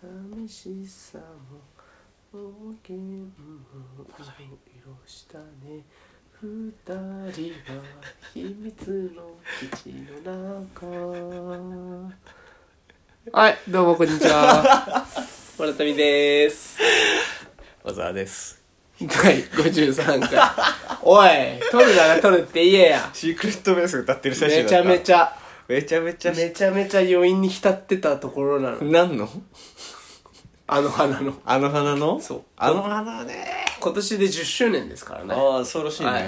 寂しさも冒険もいろしたね二人は秘密の基地の中はいどうもこんにちは 村上です小沢です第53回おい撮るなら撮るって言えやシークレットベース歌ってる最め中ちゃめゃちゃめちゃめちゃめちゃめちゃ余韻に浸ってたところなのなんのあの花のあの花のそうあの花ね今年で10周年ですからねああ恐ろしいね、はい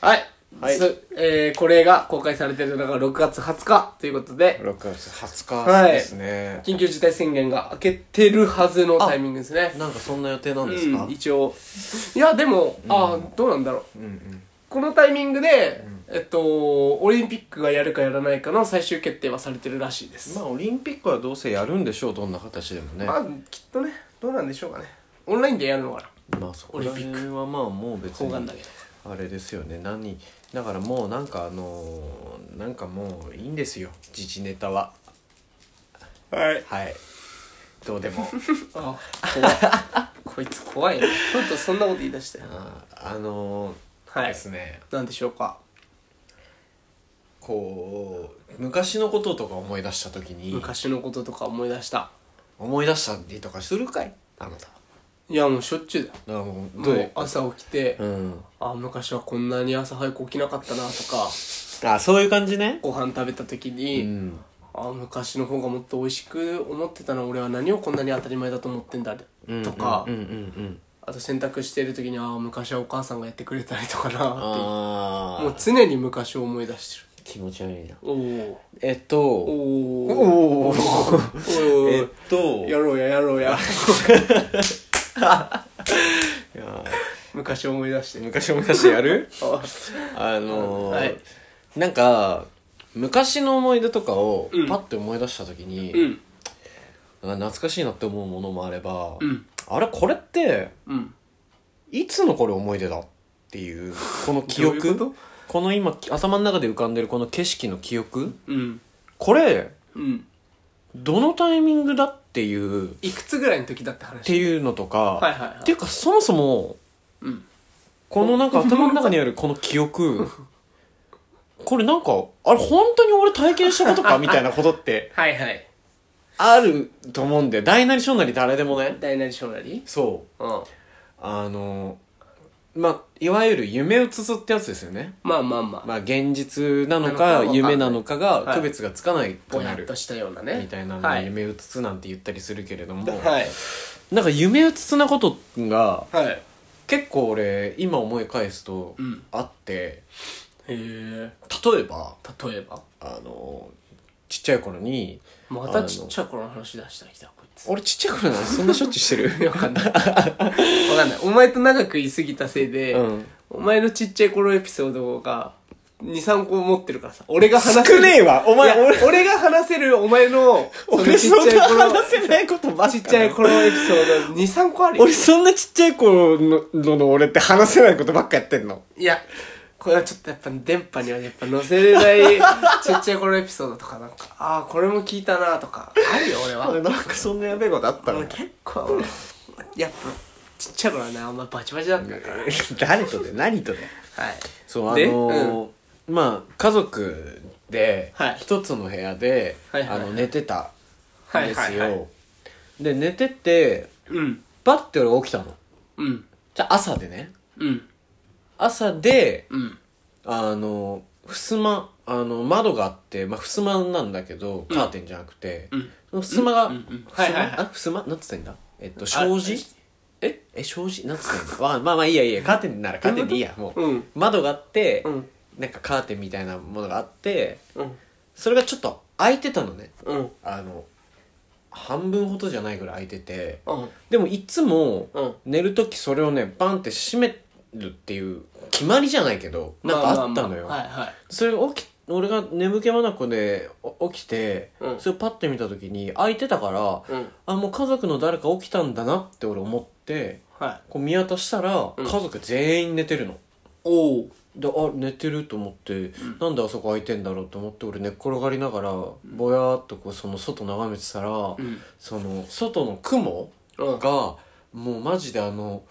はい、はいすえーこれが公開されてるのが6月20日ということで6月20は日いですね、緊急事態宣言が明けてるはずのタイミングですねなんかそんな予定なんですか、うん、一応いやでも、ああどうなんだろううんうんこのタイミングで、えっとオリンピックがやるかやらないかの最終決定はされてるらしいですまあオリンピックはどうせやるんでしょうどんな形でもねまあきっとねどうなんでしょうかねオンラインでやるのかなまあそこら辺はまあもう別方に眼だけどあれですよね何だからもうなんかあのーなんかもういいんですよ自治ネタははいはいどうで もあ怖いこいつ怖いねちょっとそんなこと言い出してあーあのーはいですねなんでしょうかこう昔のこととか思い出した時に昔のこととか思い出した思い出したりとかするかいあなただかいやもうしょっちゅうだよらもうもどうう朝起きて、うんあ昔はこんなに朝早く起きなかったなとかあそういう感じねご飯食べた時うに、んあ昔の方がもっと美味しく思ってたの俺は何をこんなに当たり前だと思ってんだうんとか、うんうんうんあと洗濯してる時にああ昔はお母さんがやってくれたりとかなってああもう常に昔を思い出して気持ち悪いなるおーえっとおーおーおおおえっーとやろうやや ろうやいや昔を思い出して昔思い出してやるあ あのーはいなんか昔の思い出とかをうんパッて思い出した時に、うんなんか懐かしいなって思うものもあれば、うんあれこれってうんいつのこれ思い出だっていうこの記憶どういうことの今頭の中で浮かんでるこの景色の記憶うんこれうんどのタイミングだっていうっいくつぐらいの時だって話ていうのとか、はいはいはいっていうかそもそもうんこのなんか頭の中にあるこの記憶これなんかあれ本当に俺体験し たことかみたいなことってはいはいあると思うんだよ大なり小なり誰でもね大なり小なりそううんあのまあいわゆる夢うつつってやつですよねまあまあまあまあ現実なのなのかわかかんない夢なのかがはい区別がつかないくぼなやっるとしたようなねみたいなのはをい夢うつつなんて言ったりするけれどもはいなんか夢うつつなことがはい結構俺今思い返すとうんあってへえ例えば例えばあのちっちゃい頃にまたちっちゃい頃の話出したきたこいつ俺ちっちゃい頃なんてそんなしょっちゅうして るわかん ないわかんないお前と長く言いすぎたせいで、うんお前のちっちゃい頃エピソードが23個持ってるからさ俺が話せ 少ねえわおお前俺俺 俺が話せるお前のその俺ちっそんちなゃい頃話せないことばっかちっちゃい頃エピソード23個あるよ俺そんなちっちゃい頃ののの俺って話せないことばっかやってんのいやこれはちょっとやっぱ電波にはやっぱ載せれ ないちっちゃい頃エピソードとかなんかああこれも聞いたなとかあるよ俺はなんかそんなやべえことあった俺結構俺やっぱちっちゃい頃はねあんまバチバチだったからね 誰とで何とではいそうあのでーまあ家族ではい一つの部屋で、はいはいあの寝てたはんいですよ、はいはいで寝ててうんバッて俺起きたのうんじゃあ朝でねうん朝でうんあのふすまあの窓があって、まあ、ふすまなんだけどカーテンじゃなくて、んふすまが、うんうんふすま、はいはいはいあふすまなんつったらいいんだえっとあ障子ええ障子なんつったんだわかんないまあまあいいやいいやカーテンならカーテンでいいやもう、うん窓があって、うんなんかカーテンみたいなものがあってうんそれがちょっと開いてたのねうんあの半分ほどじゃないぐらい開いててうんでもいつもうん寝る時それをねバンって閉めるっていう決まりじゃないけどなんかあったのよ、まあまあまあはいはいそれ起き俺が眠気まなこでお起きて、うんそれパッて見た時に開いてたから、うんあもう家族の誰か起きたんだなって俺思ってはいこう見渡したら、うん家族全員寝てるのおうであ寝てると思って、なんであそこ開いてんだろうと思って俺寝っ転がりながらぼやーっとこうその外眺めてたら、んその外の雲うんがもうマジであの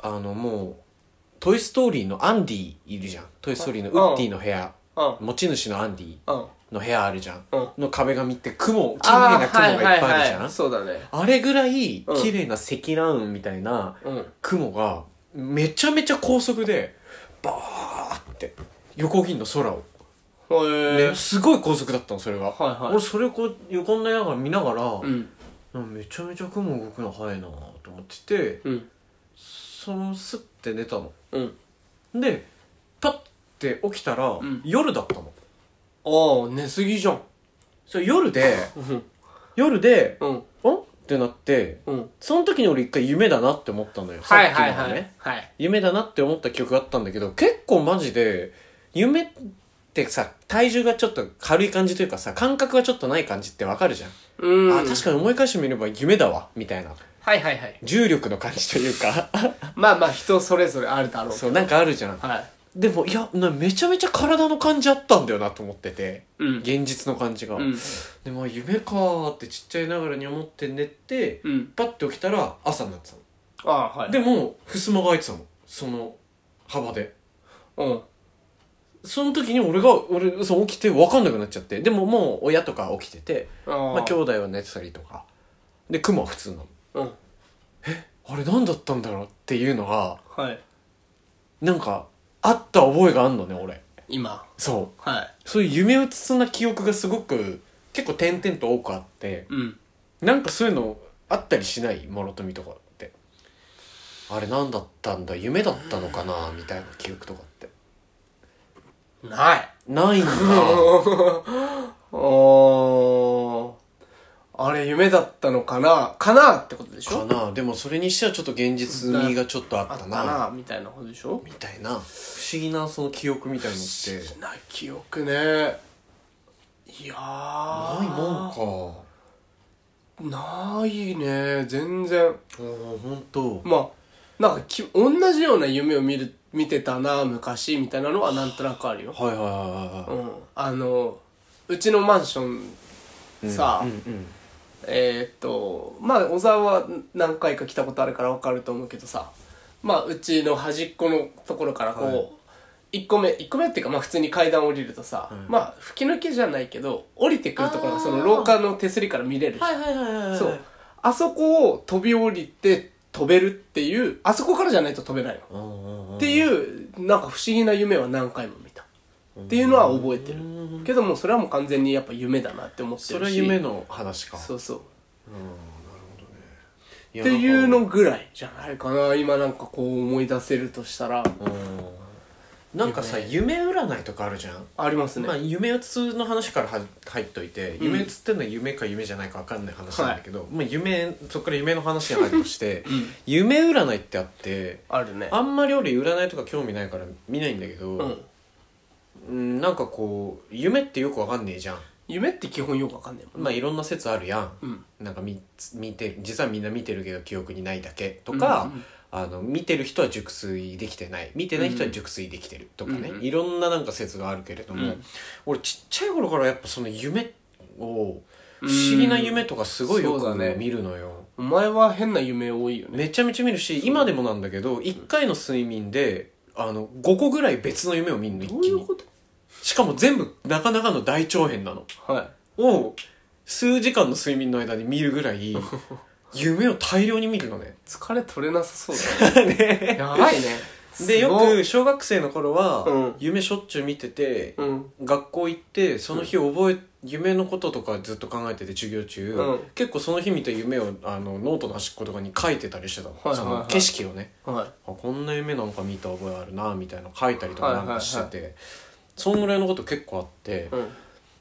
あのもう「トイ・ストーリー」のアンディいるじゃん「トイ・ストーリー」のウッディの部屋うん持ち主のアンディうんの部屋あるじゃんうんの壁紙って雲綺麗な雲がいっぱいあるじゃんそうだねあれぐらい綺麗な積乱雲みたいなうん雲がめちゃめちゃ高速でバーって横切んの空を。へえねすごい高速だったのそれはが、いはい俺それをこう横になりながら見ながら、うんなんかめちゃめちゃ雲動くの早いなと思っててうんそのスッて寝たのうんでパッて起きたら、ん夜だったのああ寝すぎじゃんそれ夜でうん夜でうん「ん?」ってなってうんその時に俺一回夢だなって思ったのよはいはいさっきのはねいはい夢だなって思った記憶があったんだけど結構マジで夢ってさ体重がちょっと軽い感じというかさ感覚がちょっとない感じってわかるじゃんうんあ確かに思い返してみれば夢だわみたいなはいはいはい重力の感じとい うかまあまあ人それぞれあるだろうけどそうなんかあるじゃんはいでもいやなめちゃめちゃ体の感じあったんだよなと思っててうん現実の感じが、うんでまあ夢かーってちっちゃいながらに思って寝て、うんパッて起きたら朝になってたのああはいでも襖が開いてたのその幅でうんその時に俺が俺そう起きて分かんなくなっちゃってでももう親とか起きててあまあ兄弟は寝てたりとかで雲は普通なのうんあれ何だったんだろうっていうのがはいなんか、あった覚えがあんのね、俺。今そう。はいそういう夢うつつな記憶がすごく、結構点々と多くあって、うんなんかそういうのあったりしない諸富とかって。あれ何だったんだ夢だったのかなみたいな記憶とかって。ない ないんだ。あああれ夢だったのかなかなってことでしかょなでもそれにしてはちょっと現実味がちょっとああっったたな。なみたいなことでしょみたいな。不思議なその記憶みたいのって。な記憶ねいやないもーんか。あないね全然あ、ほんと。まあなんかき同じような夢を見る見てたな昔みたいなのはなんとなくあるよ、はいはいはういはい。ん、あのうちのマンションさ、うんえーっとまあ小沢は何回か来たことあるから分かると思うけどさまあうちの端っこのところからこう、はい1個目1個目っていうかまあ普通に階段降りるとさ、まあ吹き抜けじゃないけど降りてくるところがその廊下の手すりから見れるうん。はいはいはいはいはい。そうあそこを飛び降りて飛べるっていうあそこからじゃないと飛べないの、っっていうなんか不思議な夢は何回も見たっていうのは覚えてるけどもうそれはもう完全にやっぱ夢だなって思ってそるしれは夢の話かそうそうっっていうのぐらいじゃないかな今なんかこう思い出せるとしたらなんかさ夢占いとかあるじゃん、ありますね、まあ、夢うつの話からは入っといて、ん夢うつってのは夢か夢じゃないか分かんない話なんだけど、まあ、夢そこから夢の話に入るとして、夢占いってあってあるねあんまり俺占いとか興味ないから見ないんだけど、うんうんなんかこう夢ってよく分かんねえじゃん夢って基本よくわかんないもんねまあいろんな説あるやん、うんなんか見つ見て実はみんな見てるけど記憶にないだけとか、あの見てる人は熟睡できてない見てない人は熟睡できてるとかね、うんうんいろんななんか説があるけれども、うん俺ちっちゃい頃からやっぱその夢を不思議な夢とかすごいよそうくだね見るのよ、お前は変な夢多いよねめちゃめちゃ見るし今でもなんだけど1回の睡眠であの5個ぐらい別の夢を見るの一どうい気うにことしかも全部なかなかの大長編なのはを数時間の睡眠の間に見るぐ らい夢を大量に見るのねい。疲れ取れなさそうだ ねやばいねですよごく小学生の頃はうん夢しょっちゅう見てて、うん学校行ってその日覚え、夢のこととかずっと考えてて授業中、うん結構その日見た夢をあのノートの端っことかに書いてたりしてたの、いはいはいその景色をねはあこんな夢なんか見た覚えあるなみたいなの書いたりとかなんかしてて、はいそんぐらいのこと結構あってい、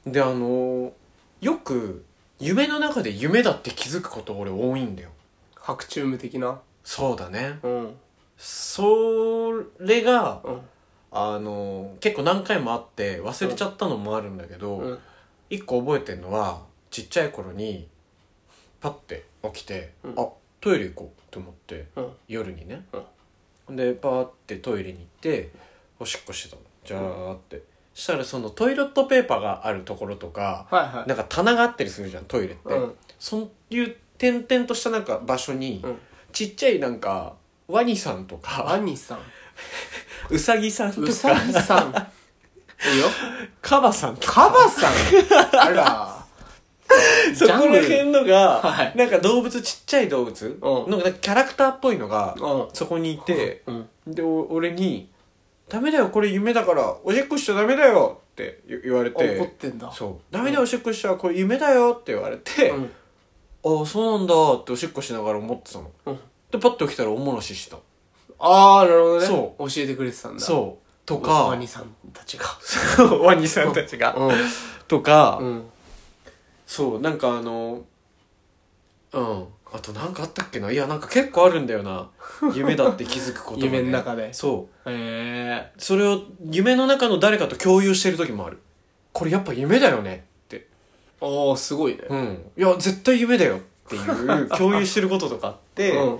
うんであのよく夢の中で夢だって気づくこと俺多いんだよ白昼夢的なそうだねうんそれがうんあの結構何回もあって忘れちゃったのもあるんだけど、うん一個覚えてるのはちっちゃい頃にパッて起きて、うんあトイレ行こうと思ってうん夜にね、うんでバーってトイレに行っておしっこしてたのじゃーってしたらそのトイレットペーパーがあるところとかはいはいなんか棚があったりするじゃんトイレって、うんそういう点々としたなんか場所に、うんちっちゃいなんかワニさん とか兄さんウサギさんとうかさぎさんおよカバさんと かカバさんあらそこらジャ辺のが、はいなんか動物ちっちゃい動物、うんなんかキャラクターっぽいのが、うんそこにいて、うんでお俺に「ダメだよこれ夢だからおしっこしちゃダメだよ」って言言われて怒ってんだそう「ダメだよおしっこしちゃこれ夢だよ」って言われて「うんああそうなんだ」っておしっこしながら思ってたのうんでパッと起きたらおもらししてたああなるほどねそ教えてくれてたんだうそうとかワニさんたちがワニさんたち が、うとか、んうんそうなんかあのうんあとなんかあったっけないやなんか結構あるんだよな夢だって気づくこと がね夢の中でそうへえそれを夢の中の誰かと共有してる時もあるこれやっぱ夢だよねってああすごいねうんいや絶対夢だよっていう共有してることとかあっ て、う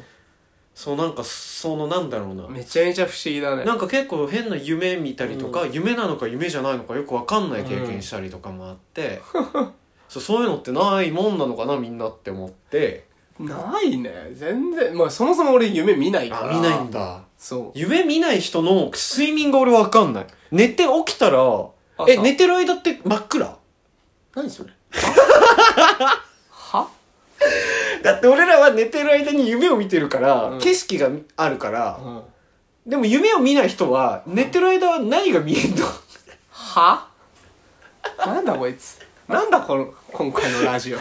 そうなんかそのなんだろうなんめちゃめちゃ不思議だねなんか結構変な夢見たりとか、夢なのか夢じゃないのかよくわかんない経験したりとかもあって、そうそういうのってないもんなのかなみんなって思ってないね全然まあそもそも俺夢見ないかあら見ないんだそ夢見ない人の睡眠が俺わかんない寝て起きたらえ朝寝てる間って真っ暗う何それはだって俺らは寝てる間に夢を見てるから、うん景色があるから、うんでも夢を見ない人は寝てる間は何が見えんのはなんだこいつなんだこの今回のラジオ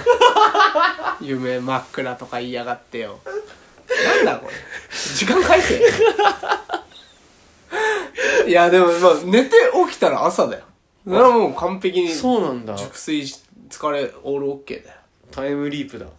夢真っ暗とか言いやがってよなんだこれ時間返せいやでもまあ寝て起きたら朝だよそれはもう完璧に そうなんだ熟睡し疲れオールオッケーだよタイムリープだ